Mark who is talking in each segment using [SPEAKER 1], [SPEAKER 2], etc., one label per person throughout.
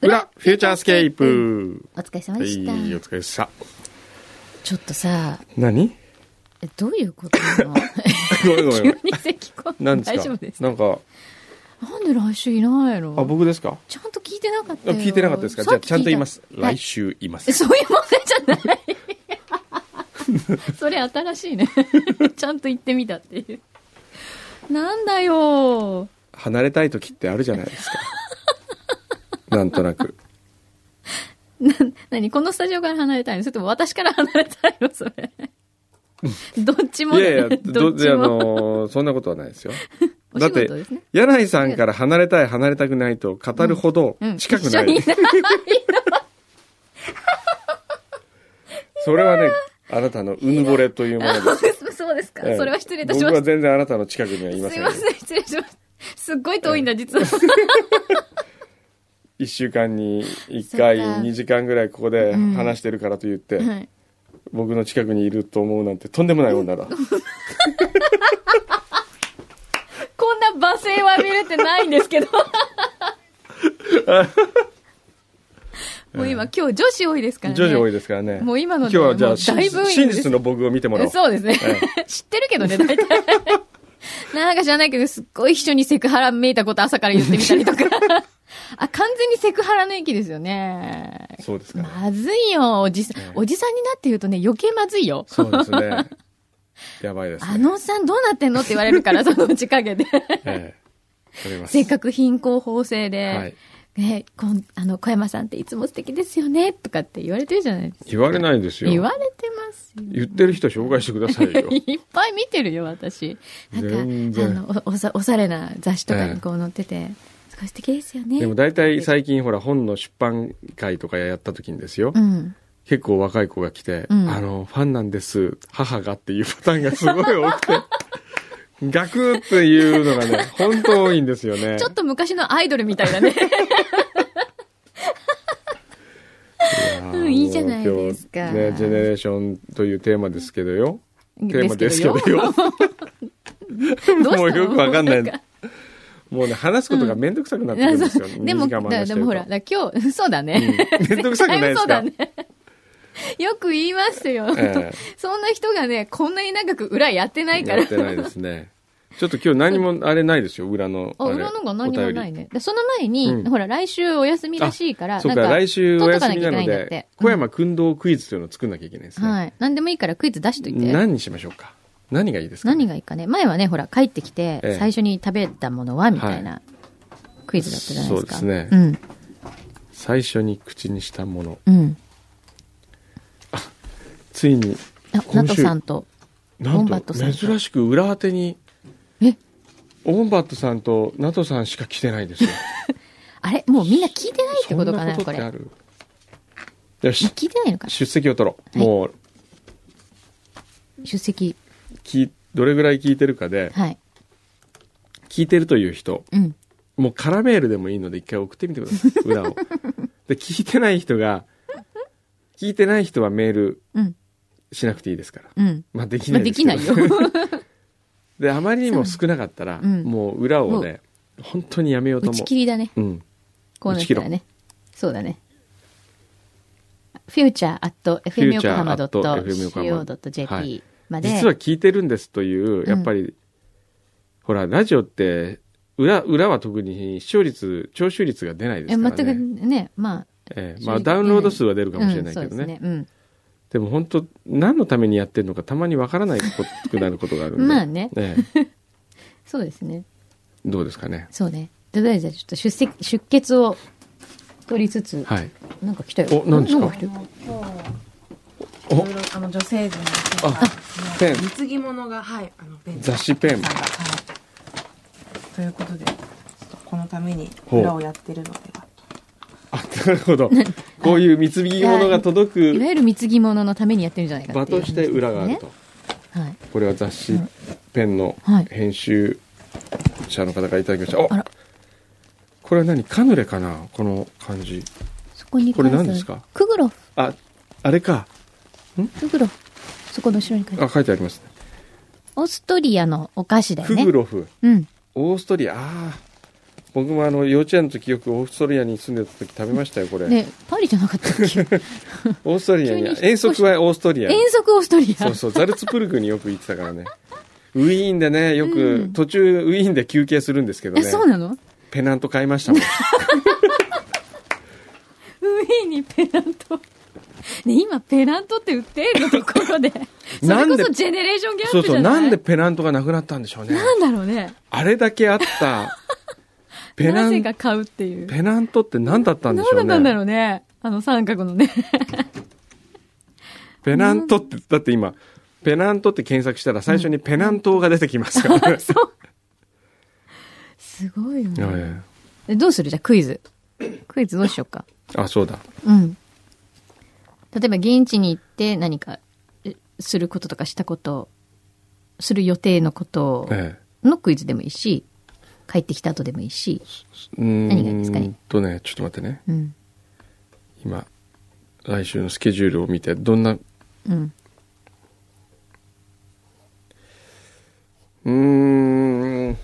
[SPEAKER 1] フューチャースケープ。
[SPEAKER 2] お疲れ様
[SPEAKER 1] は
[SPEAKER 2] でした。
[SPEAKER 1] い、お疲れでした。
[SPEAKER 2] ちょっとさ、
[SPEAKER 1] 何
[SPEAKER 2] えどういうことなの
[SPEAKER 1] ごめんごめんごめん。
[SPEAKER 2] 急に咳込ん
[SPEAKER 1] 何
[SPEAKER 2] で
[SPEAKER 1] ですか
[SPEAKER 2] 大丈夫です。
[SPEAKER 1] なんか、
[SPEAKER 2] なんで来週いないの
[SPEAKER 1] あ、僕ですか
[SPEAKER 2] ちゃんと聞いてなかっ
[SPEAKER 1] あ
[SPEAKER 2] たよ。
[SPEAKER 1] 聞いてなかったですかじ
[SPEAKER 2] さ
[SPEAKER 1] ゃあ
[SPEAKER 2] っき
[SPEAKER 1] ちゃんと言います。
[SPEAKER 2] 聞た
[SPEAKER 1] 来。週言いま
[SPEAKER 2] え
[SPEAKER 1] す。
[SPEAKER 2] そういう問題じゃない。 それ新しい ね。ちゃんと言ってみたっていう。なんだよ。
[SPEAKER 1] 離れたい時ってあるじゃないです か。なんとなく。
[SPEAKER 2] 何このスタジオから離れたいのそれとも私から離れたいのそれ。どっち
[SPEAKER 1] い
[SPEAKER 2] もね、
[SPEAKER 1] やいや、ど
[SPEAKER 2] どっ
[SPEAKER 1] っ
[SPEAKER 2] ち
[SPEAKER 1] ちあ
[SPEAKER 2] も。
[SPEAKER 1] のー、そんなことはないですよ。
[SPEAKER 2] お
[SPEAKER 1] だっ
[SPEAKER 2] 仕
[SPEAKER 1] て
[SPEAKER 2] 事ですね。
[SPEAKER 1] 柳井さんから離れたい、離れたくないと語るほど
[SPEAKER 2] うん
[SPEAKER 1] 近くない。
[SPEAKER 2] 一緒にいない
[SPEAKER 1] それはね、あなたのうぬぼれというものです。
[SPEAKER 2] そうですか、
[SPEAKER 1] ええ
[SPEAKER 2] それは失礼いたしま
[SPEAKER 1] 僕は
[SPEAKER 2] し
[SPEAKER 1] 全然あなたの近くにはいま
[SPEAKER 2] た。
[SPEAKER 1] せ
[SPEAKER 2] す
[SPEAKER 1] ん
[SPEAKER 2] い
[SPEAKER 1] よ
[SPEAKER 2] ま。せん、失礼しました。すっごい遠いんだ、実は。
[SPEAKER 1] 一週間に一回
[SPEAKER 2] そっか
[SPEAKER 1] 2時間ぐらいここで
[SPEAKER 2] うん
[SPEAKER 1] 話してるからと言って、
[SPEAKER 2] はい
[SPEAKER 1] 僕の近くにいると思うなんてとんでもない女だ、
[SPEAKER 2] こんな罵声を浴びるってないんで すけど。もう今、今日女子多いですからね。
[SPEAKER 1] 女子多いですからね
[SPEAKER 2] もう今
[SPEAKER 1] 今
[SPEAKER 2] の
[SPEAKER 1] 日
[SPEAKER 2] で
[SPEAKER 1] はじゃ
[SPEAKER 2] も
[SPEAKER 1] あ
[SPEAKER 2] うだいぶ
[SPEAKER 1] 真真実の僕を見てもらおう
[SPEAKER 2] そうですね。知ってるけどね、大体。なんか知らないけど、すっごい秘書にセクハラめいたこと朝から言ってみたりとか。あ、完全にセクハラの域ですよね。
[SPEAKER 1] そうです かね、
[SPEAKER 2] まずいよ、おじさん。おじさんになって言うとね、余計まずいよ。
[SPEAKER 1] そうですねやばいですね
[SPEAKER 2] あのおっさんどうなってんのって言われる から、そのうち陰で。
[SPEAKER 1] ええ取れます
[SPEAKER 2] せっかく貧困法制で、
[SPEAKER 1] はい
[SPEAKER 2] ね、こんあの、小山さんっていつも素敵ですよね、とかって言われてるじゃないですか。
[SPEAKER 1] 言われないですよ
[SPEAKER 2] 言われてますよ。
[SPEAKER 1] 言ってる人紹介してくだ さいよ
[SPEAKER 2] いっぱい見てるよ、私。なんか、あ
[SPEAKER 1] 全然
[SPEAKER 2] の、おおさおしゃれな雑誌とか
[SPEAKER 1] ええ
[SPEAKER 2] にこう載ってて、すごい素敵ですよね。
[SPEAKER 1] でも大体最近ほら本の出版会とかやった時にですよ、
[SPEAKER 2] うん。
[SPEAKER 1] 結構若い子が来て、
[SPEAKER 2] うん
[SPEAKER 1] あの、ファンなんです、母がっていうパターンがすごい多くて、 ガクっていうのがね、本当多いんですよね。
[SPEAKER 2] ちょっと昔のアイドルみたいだね。
[SPEAKER 1] やー
[SPEAKER 2] うんいいじゃないですか
[SPEAKER 1] もう今日ね、ジェネレーションというテーマですけどよ。テーマですけど よ。
[SPEAKER 2] どうしたの
[SPEAKER 1] もうよくわかんない。もうね、話すことがめんどくさくなってくるんですよ。
[SPEAKER 2] でも、
[SPEAKER 1] 2時間も
[SPEAKER 2] だ
[SPEAKER 1] 話
[SPEAKER 2] で
[SPEAKER 1] してる
[SPEAKER 2] も
[SPEAKER 1] と
[SPEAKER 2] ほら、だ今日、 そうだね。
[SPEAKER 1] うんめんどくさくないですか
[SPEAKER 2] だいぶ そうだね。よく言いますよ。
[SPEAKER 1] ええ
[SPEAKER 2] そんな人がね、こんなに長く裏やってないか
[SPEAKER 1] や
[SPEAKER 2] ら
[SPEAKER 1] っ。てないですね。ちょっと今日何もあれないですよ、裏の。
[SPEAKER 2] あ、
[SPEAKER 1] れ
[SPEAKER 2] 裏のが何もない
[SPEAKER 1] お便り
[SPEAKER 2] ね。でその前に、
[SPEAKER 1] うん
[SPEAKER 2] ほら、来週お休みらしいから、
[SPEAKER 1] そう
[SPEAKER 2] な
[SPEAKER 1] か、
[SPEAKER 2] ん
[SPEAKER 1] 来週お休みなの
[SPEAKER 2] 取っとかきゃいけいんだって
[SPEAKER 1] で、小山くんどうクイズというのを作んなきゃいけないですね。
[SPEAKER 2] はい。何でもいいからクイズ出しといて。
[SPEAKER 1] 何にしましょうか何がいいですか
[SPEAKER 2] 何がいいかね。前はね、ほら、帰ってきて、
[SPEAKER 1] ええ
[SPEAKER 2] 最初に食べたものはみたいな、クイズだったじゃないですか。
[SPEAKER 1] そうです
[SPEAKER 2] ね。
[SPEAKER 1] 最初に口にしたもの
[SPEAKER 2] うん。うん。
[SPEAKER 1] ついに
[SPEAKER 2] あ、ナ
[SPEAKER 1] 今
[SPEAKER 2] ト
[SPEAKER 1] 週
[SPEAKER 2] さんと。
[SPEAKER 1] な
[SPEAKER 2] ウォ
[SPEAKER 1] ん
[SPEAKER 2] ンバット
[SPEAKER 1] と
[SPEAKER 2] さんと
[SPEAKER 1] 珍しく裏当てに
[SPEAKER 2] え
[SPEAKER 1] オンバットさんとナトさんしか来てない ですよ
[SPEAKER 2] あれもうみんな聞いてないって
[SPEAKER 1] そん
[SPEAKER 2] こ
[SPEAKER 1] な
[SPEAKER 2] とかな、
[SPEAKER 1] こと
[SPEAKER 2] こ
[SPEAKER 1] っ
[SPEAKER 2] れ
[SPEAKER 1] て。あるよし
[SPEAKER 2] 聞いてないのかな
[SPEAKER 1] 出席を取ろう、
[SPEAKER 2] はい
[SPEAKER 1] もう
[SPEAKER 2] 出席。
[SPEAKER 1] きどれぐらい聞いてるかで
[SPEAKER 2] はい。
[SPEAKER 1] 聞いてるという人
[SPEAKER 2] うん。
[SPEAKER 1] もう空メールでもいいので一回送ってみてください裏 をで聞いてない人が聞いてない人はメール
[SPEAKER 2] うん。
[SPEAKER 1] しなくていいですから
[SPEAKER 2] うん。
[SPEAKER 1] まあできな
[SPEAKER 2] まあ
[SPEAKER 1] い
[SPEAKER 2] で
[SPEAKER 1] です
[SPEAKER 2] き
[SPEAKER 1] けど
[SPEAKER 2] ないよ。
[SPEAKER 1] であまりにも少なかったら、
[SPEAKER 2] そううん
[SPEAKER 1] もう裏をね本当にやめようと
[SPEAKER 2] 打
[SPEAKER 1] 思
[SPEAKER 2] ち
[SPEAKER 1] う
[SPEAKER 2] 切りだね。
[SPEAKER 1] うん
[SPEAKER 2] こうなったらね。そうだね。
[SPEAKER 1] は
[SPEAKER 2] future.fmyokohama.co.jp
[SPEAKER 1] い
[SPEAKER 2] まで。
[SPEAKER 1] 実は聞いてるんですという
[SPEAKER 2] うん
[SPEAKER 1] やっぱり、ほらラジオって裏裏は特に視聴率聴取率が出ないです
[SPEAKER 2] え
[SPEAKER 1] から
[SPEAKER 2] 全
[SPEAKER 1] ね
[SPEAKER 2] くね、まあ、
[SPEAKER 1] ええ
[SPEAKER 2] 正
[SPEAKER 1] まあ、
[SPEAKER 2] 直
[SPEAKER 1] ダウンロード数は出るかもしれ
[SPEAKER 2] うん
[SPEAKER 1] ないけ
[SPEAKER 2] そう
[SPEAKER 1] ど
[SPEAKER 2] で
[SPEAKER 1] ね,、
[SPEAKER 2] す
[SPEAKER 1] で
[SPEAKER 2] ね。うん。
[SPEAKER 1] も本当何のためにやってるのかたまにわからないこくなることがあるんで
[SPEAKER 2] まあね
[SPEAKER 1] ええ
[SPEAKER 2] そうですね。
[SPEAKER 1] どうですかね
[SPEAKER 2] そうね。とりあえず、ちょっと出席、出血を取りつつ、
[SPEAKER 1] はい
[SPEAKER 2] なんか来たよ。
[SPEAKER 1] お何ですか
[SPEAKER 2] 来たよ
[SPEAKER 3] 今
[SPEAKER 1] お
[SPEAKER 3] 日いろいろあの女性陣の人が
[SPEAKER 1] あペン
[SPEAKER 3] あの貢ぎ物がはいあのベンチ
[SPEAKER 1] 雑誌ペン
[SPEAKER 3] さんがはいということでちょっとこのために
[SPEAKER 1] ほう
[SPEAKER 3] 裏をやってるのでは
[SPEAKER 1] あなるほどこういう貢ぎ物が届
[SPEAKER 2] い
[SPEAKER 1] く
[SPEAKER 2] わゆる貢ぎ物のためにやってるんじゃないか
[SPEAKER 1] 場
[SPEAKER 2] っていう
[SPEAKER 1] として裏がある
[SPEAKER 2] ね
[SPEAKER 1] と。
[SPEAKER 2] はい。
[SPEAKER 1] これは雑誌ペンの
[SPEAKER 2] はい
[SPEAKER 1] 編集者の方からいただきました。あ
[SPEAKER 2] あら
[SPEAKER 1] これは何カヌレかなこの感じ。
[SPEAKER 2] そこに
[SPEAKER 1] これ何
[SPEAKER 2] 関する
[SPEAKER 1] ですか
[SPEAKER 2] クグロフ、
[SPEAKER 1] あ、あれか。
[SPEAKER 2] クグロフ。そこの後ろに書いてある
[SPEAKER 1] あ、書いてありますね。
[SPEAKER 2] オーストリアのお菓子だよ
[SPEAKER 1] フ
[SPEAKER 2] ね。
[SPEAKER 1] グロフ。
[SPEAKER 2] うん。
[SPEAKER 1] オーストリア。ああ。僕もあの幼稚園の時よくオーストリアに住んでた時食べましたよこれ、
[SPEAKER 2] ね、パリじゃなかったっけ
[SPEAKER 1] オーストリアに
[SPEAKER 2] 急に引っ越し
[SPEAKER 1] 遠足はオーストリア
[SPEAKER 2] 遠足オーストリア。
[SPEAKER 1] そうそうザルツブルクによく行ってたからねウィーンでねよく、途中ウィーンで休憩するんですけど
[SPEAKER 2] え、
[SPEAKER 1] ね
[SPEAKER 2] そうなの
[SPEAKER 1] ペナント買いましたもん
[SPEAKER 2] 上にペナント。ね、今ペナントって売ってるところで。そ
[SPEAKER 1] な
[SPEAKER 2] れ
[SPEAKER 1] んで
[SPEAKER 2] こそジェネレーションギャ
[SPEAKER 1] そ
[SPEAKER 2] ッ
[SPEAKER 1] う
[SPEAKER 2] プじ
[SPEAKER 1] そう
[SPEAKER 2] ゃない
[SPEAKER 1] なんでペナントがなくなったんでしょう ね
[SPEAKER 2] なんだろうね。
[SPEAKER 1] あれだけあったペナ
[SPEAKER 2] なぜ
[SPEAKER 1] ン
[SPEAKER 2] か買うっていう。
[SPEAKER 1] ペナントって何だったんでしょうね
[SPEAKER 2] 何だったんだろうね。あの三角のね。
[SPEAKER 1] ペナントって、だって今、ペナントって検索したら最初にペナントが出てきますからね。
[SPEAKER 2] そう。すごいよね。
[SPEAKER 1] え
[SPEAKER 2] でどうするじゃあクイズ。クイズどうしようか。
[SPEAKER 1] えあ、そうだ。
[SPEAKER 2] うん。例えば現地に行って何かえすることとかしたこと、する予定のこと
[SPEAKER 1] え
[SPEAKER 2] のクイズでもいいし、帰ってきた後でもいいし。
[SPEAKER 1] え。うーん
[SPEAKER 2] 何がいいですかね
[SPEAKER 1] とね、ちょっと待ってね。
[SPEAKER 2] うん。
[SPEAKER 1] 今、来週のスケジュールを見て、どんな、う
[SPEAKER 2] うん。
[SPEAKER 1] ーん、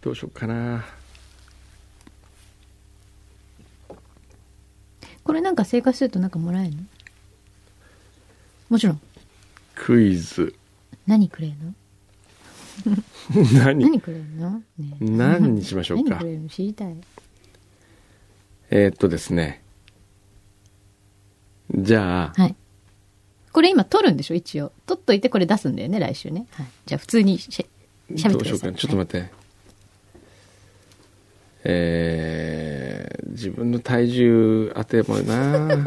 [SPEAKER 1] どうしようかな。
[SPEAKER 2] これなんか生活するとなんかもらえるのもちろん。
[SPEAKER 1] クイズ。
[SPEAKER 2] 何くれるの
[SPEAKER 1] 何
[SPEAKER 2] 何くれるの、ねえ
[SPEAKER 1] 何にしましょう
[SPEAKER 2] 何
[SPEAKER 1] か
[SPEAKER 2] く。れるの知りたい。
[SPEAKER 1] えーっとですね。じゃあ、
[SPEAKER 2] はい。これ今撮るんでしょ一応。撮っといてこれ出すんだよね来週ね。はい。じゃあ普通にしゃ喋
[SPEAKER 1] どう
[SPEAKER 2] って
[SPEAKER 1] し
[SPEAKER 2] くだ
[SPEAKER 1] よう
[SPEAKER 2] さ
[SPEAKER 1] か
[SPEAKER 2] い。
[SPEAKER 1] な。ちょっと待って。えー、自分の体重当ても な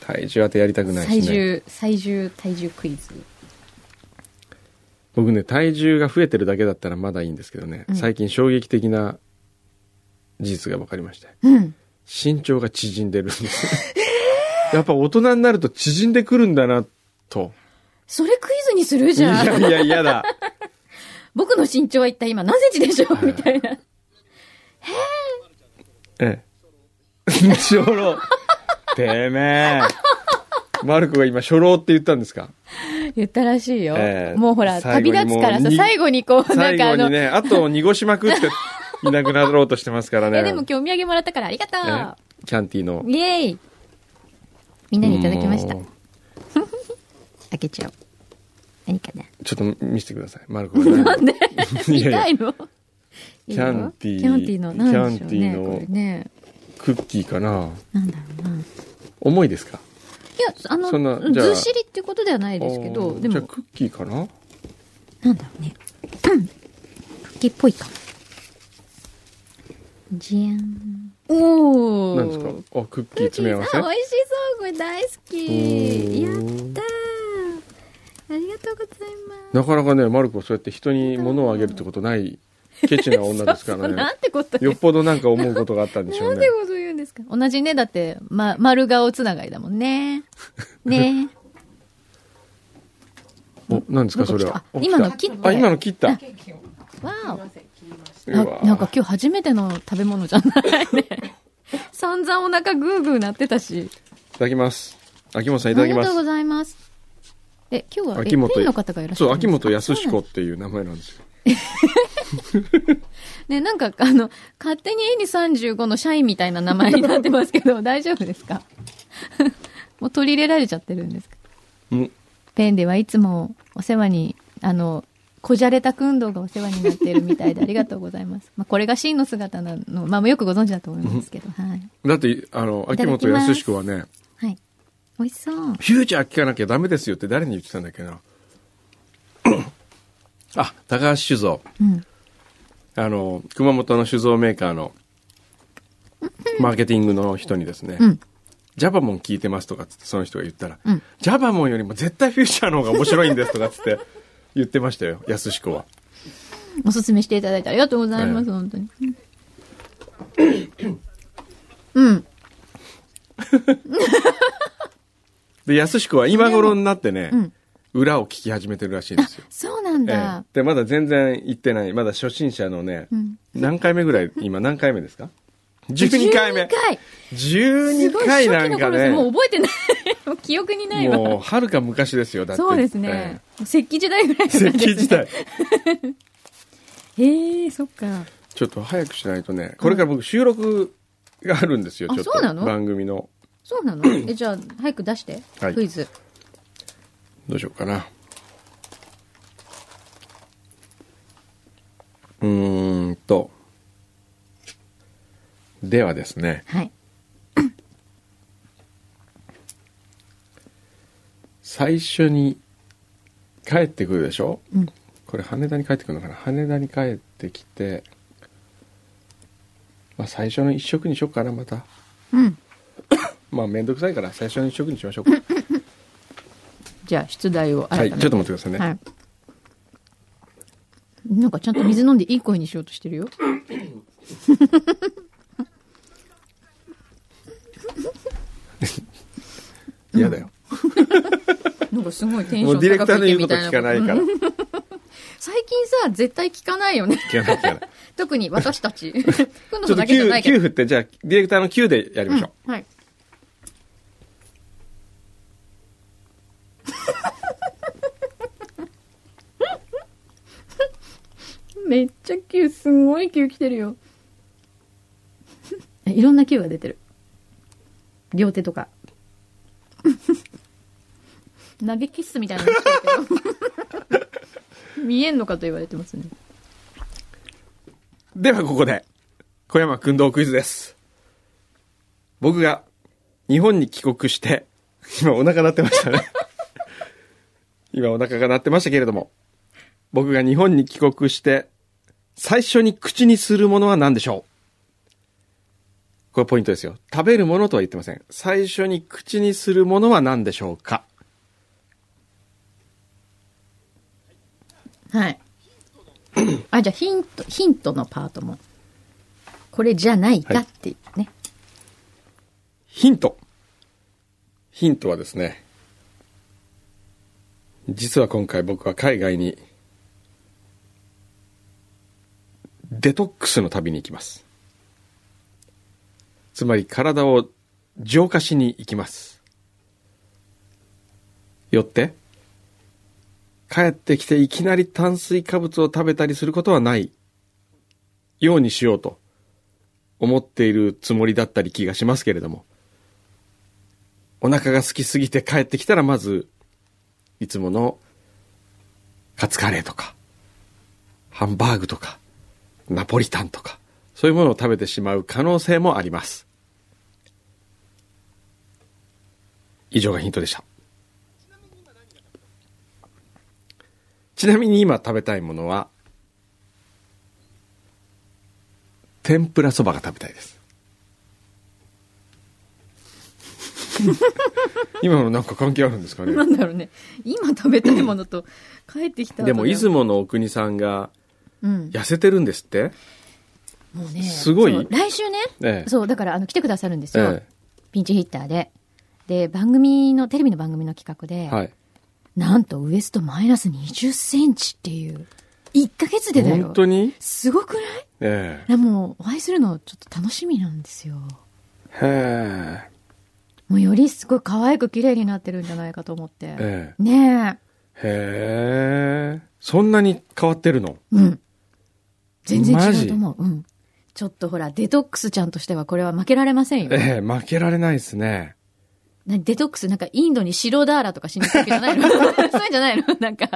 [SPEAKER 1] 体重当てやりたくない
[SPEAKER 2] 最
[SPEAKER 1] しね。
[SPEAKER 2] 重、最重、体重クイズ。
[SPEAKER 1] 僕ね、体重が増えてるだけだったらまだいいんですけどね、
[SPEAKER 2] うん
[SPEAKER 1] 最近衝撃的な事実が分かりまして。
[SPEAKER 2] うん。
[SPEAKER 1] 身長が縮んでるんです よやっぱ大人になると縮んでくるんだな、と。
[SPEAKER 2] それクイズにする
[SPEAKER 1] い
[SPEAKER 2] じゃ
[SPEAKER 1] や
[SPEAKER 2] ん。
[SPEAKER 1] いや、嫌だ。
[SPEAKER 2] 僕の身長は一体今何センチでしょうみたいな。
[SPEAKER 1] ええ。 初老。てめえ。マルコが今、初老って言ったんですか
[SPEAKER 2] 言ったらしいよ。
[SPEAKER 1] ええ
[SPEAKER 2] もうほら、
[SPEAKER 1] 最後
[SPEAKER 2] 旅
[SPEAKER 1] に
[SPEAKER 2] 立つから
[SPEAKER 1] も
[SPEAKER 2] さ、
[SPEAKER 1] うに
[SPEAKER 2] 最後にこう、な
[SPEAKER 1] 最
[SPEAKER 2] んかあ
[SPEAKER 1] 後
[SPEAKER 2] の、
[SPEAKER 1] にね、後を濁しまくって、いなくなろうとしてますからね。
[SPEAKER 2] え、でも今日お土産もらったからありがと
[SPEAKER 1] ええキャンティーの
[SPEAKER 2] う。。イェーイ。みんなにいただきました
[SPEAKER 1] も。う
[SPEAKER 2] 開けちゃおう。何かな。
[SPEAKER 1] ちょっと見せてください。マルコが何を。 なんで
[SPEAKER 2] 見たいの
[SPEAKER 1] キャンティー
[SPEAKER 2] キャンティーの、なんでしょう
[SPEAKER 1] キャン
[SPEAKER 2] ね。
[SPEAKER 1] ティーの
[SPEAKER 2] これね。
[SPEAKER 1] クッキーかな
[SPEAKER 2] なんだろうな。い
[SPEAKER 1] 重いですか
[SPEAKER 2] や、あ
[SPEAKER 1] そん
[SPEAKER 2] の、
[SPEAKER 1] なじゃあ
[SPEAKER 2] ずっしりってことではないですけ
[SPEAKER 1] お
[SPEAKER 2] ど、
[SPEAKER 1] ー
[SPEAKER 2] で
[SPEAKER 1] じゃあ
[SPEAKER 2] も、
[SPEAKER 1] クッキーかな
[SPEAKER 2] なんだろうね。クッキーっぽいかも。じゃん。おー。
[SPEAKER 1] 何ですかあ、クッキー
[SPEAKER 2] クッキ
[SPEAKER 1] 詰め合
[SPEAKER 2] ー
[SPEAKER 1] わ
[SPEAKER 2] さ
[SPEAKER 1] せ
[SPEAKER 2] ん、美味しそう。これ大好
[SPEAKER 1] お
[SPEAKER 2] き。
[SPEAKER 1] ー
[SPEAKER 2] やったー。ありがとうございます。
[SPEAKER 1] なかなかね、マルコそうやって人に物をあげるってことない、ケチな女ですか
[SPEAKER 2] そう
[SPEAKER 1] ら
[SPEAKER 2] そ
[SPEAKER 1] ね
[SPEAKER 2] うな。んてこと
[SPEAKER 1] よ
[SPEAKER 2] よ
[SPEAKER 1] っぽどなんか思うことがあったんでしょ
[SPEAKER 2] な
[SPEAKER 1] うん
[SPEAKER 2] て
[SPEAKER 1] ね。
[SPEAKER 2] こと言うんですか同じね、だって、ま、丸顔つながりだも んね。ね
[SPEAKER 1] お、何ですかそれは。
[SPEAKER 2] あ
[SPEAKER 1] お
[SPEAKER 2] 今の
[SPEAKER 1] 来
[SPEAKER 2] 切って。
[SPEAKER 1] たあ、今の切った。
[SPEAKER 3] ケーキを
[SPEAKER 2] わお。
[SPEAKER 1] う
[SPEAKER 2] な
[SPEAKER 1] わ
[SPEAKER 2] なんか今日初めての食べ物じゃないね。 散々お腹グーグー鳴ってたし。
[SPEAKER 1] いただきます。秋元さんいただきま
[SPEAKER 2] ありがとうご
[SPEAKER 1] す。
[SPEAKER 2] ざいます。え、今日は、え
[SPEAKER 1] 秋元
[SPEAKER 2] ペンの方がいらっしゃ
[SPEAKER 1] そ
[SPEAKER 2] る
[SPEAKER 1] う、
[SPEAKER 2] ん
[SPEAKER 1] 秋
[SPEAKER 2] ですか。
[SPEAKER 1] 元康
[SPEAKER 2] そうな
[SPEAKER 1] 彦
[SPEAKER 2] ん
[SPEAKER 1] っ
[SPEAKER 2] だ
[SPEAKER 1] ていう名前なんですよ。
[SPEAKER 2] ね、なんか、あの、勝手に N35 の社員みたいな名前になってますけど、 大丈夫ですかもう取り入れられちゃってるんですか
[SPEAKER 1] うん。
[SPEAKER 2] ペンではいつもお世話に、あの、こじゃれた訓導がお世話になっているみた いでありがとうございます。まあ、これが真の姿なの、まあ、よくご存知だと思いますけど、はい。
[SPEAKER 1] だって、あの、秋元康彦はね、
[SPEAKER 2] はい。美味しそう。
[SPEAKER 1] フューチャー聞かなきゃダメですよって誰に言ってたんだっけな。 あ、高橋酒造。
[SPEAKER 2] うん。
[SPEAKER 1] あの、熊本の酒造メーカーの、マーケティングの人にですね、
[SPEAKER 2] うん。
[SPEAKER 1] ジャバモン聞いてますとかっつってその人が言ったら、
[SPEAKER 2] うん
[SPEAKER 1] ジャバモンよりも絶対フューチャーの方が面白いんですとかっつって言ってました よ、安子は。
[SPEAKER 2] おすすめしていただいてありがとうございます、
[SPEAKER 1] え
[SPEAKER 2] 本当に。うん。
[SPEAKER 1] で、安子は今頃になってね、
[SPEAKER 2] うん
[SPEAKER 1] 裏を聞き始めてるらしいんですよ。
[SPEAKER 2] そうなんだ
[SPEAKER 1] ええ。で、まだ全然行ってない、まだ初心者のね、
[SPEAKER 2] ん
[SPEAKER 1] 何回目ぐらい、今何回目ですか ?12 回目
[SPEAKER 2] 12。回す
[SPEAKER 1] 12
[SPEAKER 2] ごい
[SPEAKER 1] 回
[SPEAKER 2] 初期
[SPEAKER 1] なん
[SPEAKER 2] の
[SPEAKER 1] か
[SPEAKER 2] 頃です。
[SPEAKER 1] ね、
[SPEAKER 2] もう
[SPEAKER 1] も
[SPEAKER 2] 覚えてない。もう記憶にないわ。
[SPEAKER 1] う、はるか昔ですよ、だって。
[SPEAKER 2] そうですね。石器時代ぐらい
[SPEAKER 1] ええ。石器時代。
[SPEAKER 2] へえ、そっか。
[SPEAKER 1] ちょっと早くしないとね、これから僕収録があるんですよ、
[SPEAKER 2] あ
[SPEAKER 1] ちょっと。
[SPEAKER 2] そうなの
[SPEAKER 1] 番組の。
[SPEAKER 2] そ うなのえ、じゃあ、早く出して。
[SPEAKER 1] はい
[SPEAKER 2] クイズ。
[SPEAKER 1] どうしようかな。うーんと。ではですね、
[SPEAKER 2] はい。
[SPEAKER 1] 最初に帰ってくるでしょ
[SPEAKER 2] うん。
[SPEAKER 1] これ羽田に帰ってくるのかな羽田に帰ってきて、まあ最初の一食にしようかな、また。
[SPEAKER 2] うん。
[SPEAKER 1] まあめんどくさいから最初の一食にしましょうか。
[SPEAKER 2] じゃあ、出題を
[SPEAKER 1] は
[SPEAKER 2] 改
[SPEAKER 1] い、
[SPEAKER 2] め
[SPEAKER 1] ち
[SPEAKER 2] て。
[SPEAKER 1] ょっと待ってくださいね。
[SPEAKER 2] はい。なんかちゃんと水飲んでいい声にしようとしてるよ。
[SPEAKER 1] 嫌だよ。
[SPEAKER 2] なんかすごいテンシ
[SPEAKER 1] も
[SPEAKER 2] ョ
[SPEAKER 1] う
[SPEAKER 2] ン
[SPEAKER 1] ディレク
[SPEAKER 2] 高
[SPEAKER 1] ター
[SPEAKER 2] く
[SPEAKER 1] の
[SPEAKER 2] い
[SPEAKER 1] 言
[SPEAKER 2] け
[SPEAKER 1] うこと
[SPEAKER 2] みたいな。
[SPEAKER 1] 聞かないから。
[SPEAKER 2] うん
[SPEAKER 1] 聞
[SPEAKER 2] 最近さ、絶対聞かないよね。
[SPEAKER 1] かない聞かない。
[SPEAKER 2] 特に私 たち。くんの
[SPEAKER 1] ちょ
[SPEAKER 2] さ
[SPEAKER 1] っ
[SPEAKER 2] ん
[SPEAKER 1] と
[SPEAKER 2] だけじゃな
[SPEAKER 1] 9、
[SPEAKER 2] いけ
[SPEAKER 1] 九
[SPEAKER 2] ど。
[SPEAKER 1] 振って、じゃあ、ディレクターの9でやりましょう。
[SPEAKER 2] うんはい。めっちゃ Q すごい Q 来てるよいろんな Q が出てる両手と か投げキッスみたいなのしてるけど見えんのかと言われてますね
[SPEAKER 1] では、ここで、小山君堂クイズです。僕が、日本に帰国して、今お腹鳴ってましたね。 今お腹が鳴ってましたけれども、僕が日本に帰国して、最初に口にするものは何でしょうこれポイントですよ。食べるものとは言ってません。最初に口にするものは何でしょうか
[SPEAKER 2] はい。あ、じゃあヒント、ヒントのパートも。これじゃないかっていうね。
[SPEAKER 1] ヒント。ヒントはですね、実は今回僕は海外にデトックスの旅に行きます。つまり体を浄化しに行きます。よって、帰ってきていきなり炭水化物を食べたりすることはないようにしようと思っているつもりだったり気がしますけれども、お腹が空きすぎて帰ってきたらまず、いつものカツカレーとか、ハンバーグとか、ナポリタンとか、そういうものを食べてしまう可能性もあります。以上がヒントでした。ちなみに今食べたいものは、天ぷらそばが食べたいです今のなんか関係あるんですかね
[SPEAKER 2] なんだろうね。今食べたいものと帰ってきた後
[SPEAKER 1] でも出
[SPEAKER 2] も。
[SPEAKER 1] 雲のお国さんが
[SPEAKER 2] うん。
[SPEAKER 1] 痩せてるんですって
[SPEAKER 2] もうね。
[SPEAKER 1] すごい
[SPEAKER 2] そう来週ね。
[SPEAKER 1] ええ
[SPEAKER 2] そう、だからあの来てくださるんですよ。
[SPEAKER 1] え
[SPEAKER 2] ピンチヒッターで。で、番組の、テレビの番組の企画で、
[SPEAKER 1] えはい
[SPEAKER 2] なんとウエストマイナス20センチっていう。1ヶ月でだよ。
[SPEAKER 1] 本当に
[SPEAKER 2] すごくない
[SPEAKER 1] え
[SPEAKER 2] いやもう、お会いするのちょっと楽しみなんですよ。
[SPEAKER 1] えへ
[SPEAKER 2] もうよりすごい可愛く綺麗になってるんじゃないかと思って。
[SPEAKER 1] ええ
[SPEAKER 2] ね
[SPEAKER 1] えへえそんなに変わってるの
[SPEAKER 2] え。うん。全然
[SPEAKER 1] マ
[SPEAKER 2] 違
[SPEAKER 1] ジ
[SPEAKER 2] うと思う。うん。ちょっとほら、デトックスちゃんとしてはこれは負けられませんよ。
[SPEAKER 1] ええ負けられないですね
[SPEAKER 2] なデトックスなんかインドに白ダーラとかしに行くわけじ ゃないのそういうんじゃないのなんか。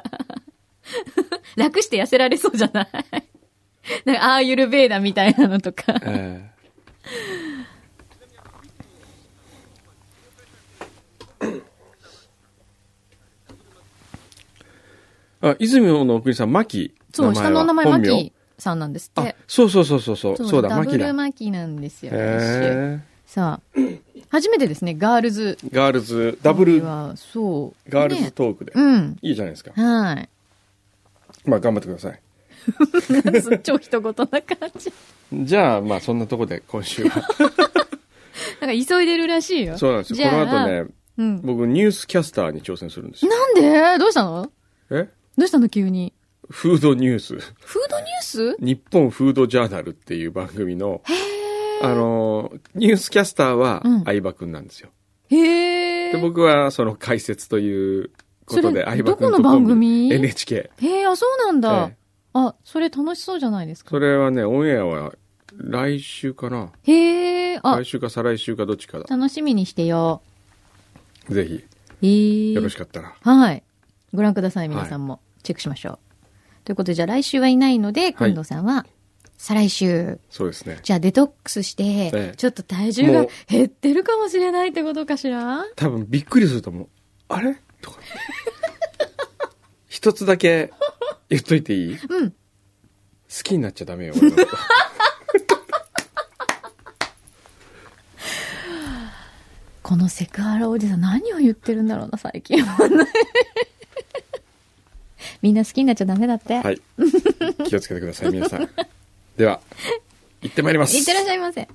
[SPEAKER 2] 楽して痩せられそうじゃないなんか、アーユルベーダみたいなのとか。
[SPEAKER 1] ええあ、泉の奥にさん、マキ。
[SPEAKER 2] そう、下のお名前、マ
[SPEAKER 1] 本名
[SPEAKER 2] キさんなんですっ
[SPEAKER 1] あ
[SPEAKER 2] て。、
[SPEAKER 1] そうそうそうそうそう、そうだ、
[SPEAKER 2] ダ
[SPEAKER 1] マ
[SPEAKER 2] ブ
[SPEAKER 1] キだ。
[SPEAKER 2] ル
[SPEAKER 1] へ
[SPEAKER 2] マキなんですよ。
[SPEAKER 1] え。
[SPEAKER 2] さあ、初めてですね、ガールズ
[SPEAKER 1] ガールズ、ダブルガ
[SPEAKER 2] は、そう。
[SPEAKER 1] ールズ
[SPEAKER 2] ね
[SPEAKER 1] トークで。
[SPEAKER 2] うん。
[SPEAKER 1] いいじゃないですか。
[SPEAKER 2] はい。
[SPEAKER 1] まあ、頑張ってください。
[SPEAKER 2] 超一言な感じ。
[SPEAKER 1] じゃあ、まあ、そんなとこで今週 は。
[SPEAKER 2] なんか急いでるらしいよ。
[SPEAKER 1] そうなんです
[SPEAKER 2] じ
[SPEAKER 1] よ。
[SPEAKER 2] ゃ
[SPEAKER 1] こ
[SPEAKER 2] あ
[SPEAKER 1] の後ね、
[SPEAKER 2] うん。
[SPEAKER 1] 僕、ニュースキャスターに挑戦するん ですよ。
[SPEAKER 2] なんでどうしたの
[SPEAKER 1] え
[SPEAKER 2] どうしたの急に。
[SPEAKER 1] フードニュース。
[SPEAKER 2] フードニュース
[SPEAKER 1] 日本フードジャーナルっていう番組の、あの、ニュースキャスターは
[SPEAKER 2] うん
[SPEAKER 1] 相葉くんなんですよ。
[SPEAKER 2] へえ。
[SPEAKER 1] で、僕はその解説ということで、
[SPEAKER 2] そ
[SPEAKER 1] 相葉く
[SPEAKER 2] れ
[SPEAKER 1] んと
[SPEAKER 2] どこの番組
[SPEAKER 1] コンビで ?NHK。
[SPEAKER 2] へえ、あ、そうなんだ
[SPEAKER 1] ええ。
[SPEAKER 2] あ、それ楽しそうじゃないですか。
[SPEAKER 1] それはね、オンエアは来週かな。
[SPEAKER 2] へえ、あ
[SPEAKER 1] 来、週か再来週かどっちかだ。
[SPEAKER 2] 楽しみにしてよ
[SPEAKER 1] ぜひ、
[SPEAKER 2] う。えー、
[SPEAKER 1] よろしかったら。
[SPEAKER 2] はい。ご覧ください、皆さんも。チェックしましょう。ということで、じゃあ来週はいないので、
[SPEAKER 1] はい
[SPEAKER 2] 近藤さんは、再来週。
[SPEAKER 1] そうですね。
[SPEAKER 2] じゃあデトックスして、
[SPEAKER 1] え
[SPEAKER 2] ちょっと体重
[SPEAKER 1] も
[SPEAKER 2] が
[SPEAKER 1] う
[SPEAKER 2] 減ってるかもしれないってことかしら
[SPEAKER 1] 多分びっくりすると思う。あれとか。一つだけ言っといていい好
[SPEAKER 2] うん。
[SPEAKER 1] きになっちゃダメよ、俺のこと
[SPEAKER 2] このセクハラおじさん何を言ってるんだろうな、最近。 みんな好きになっちゃダメだって。
[SPEAKER 1] はい。気をつけてください、皆さん。では、行ってまいります。
[SPEAKER 2] いってらっしゃいませ。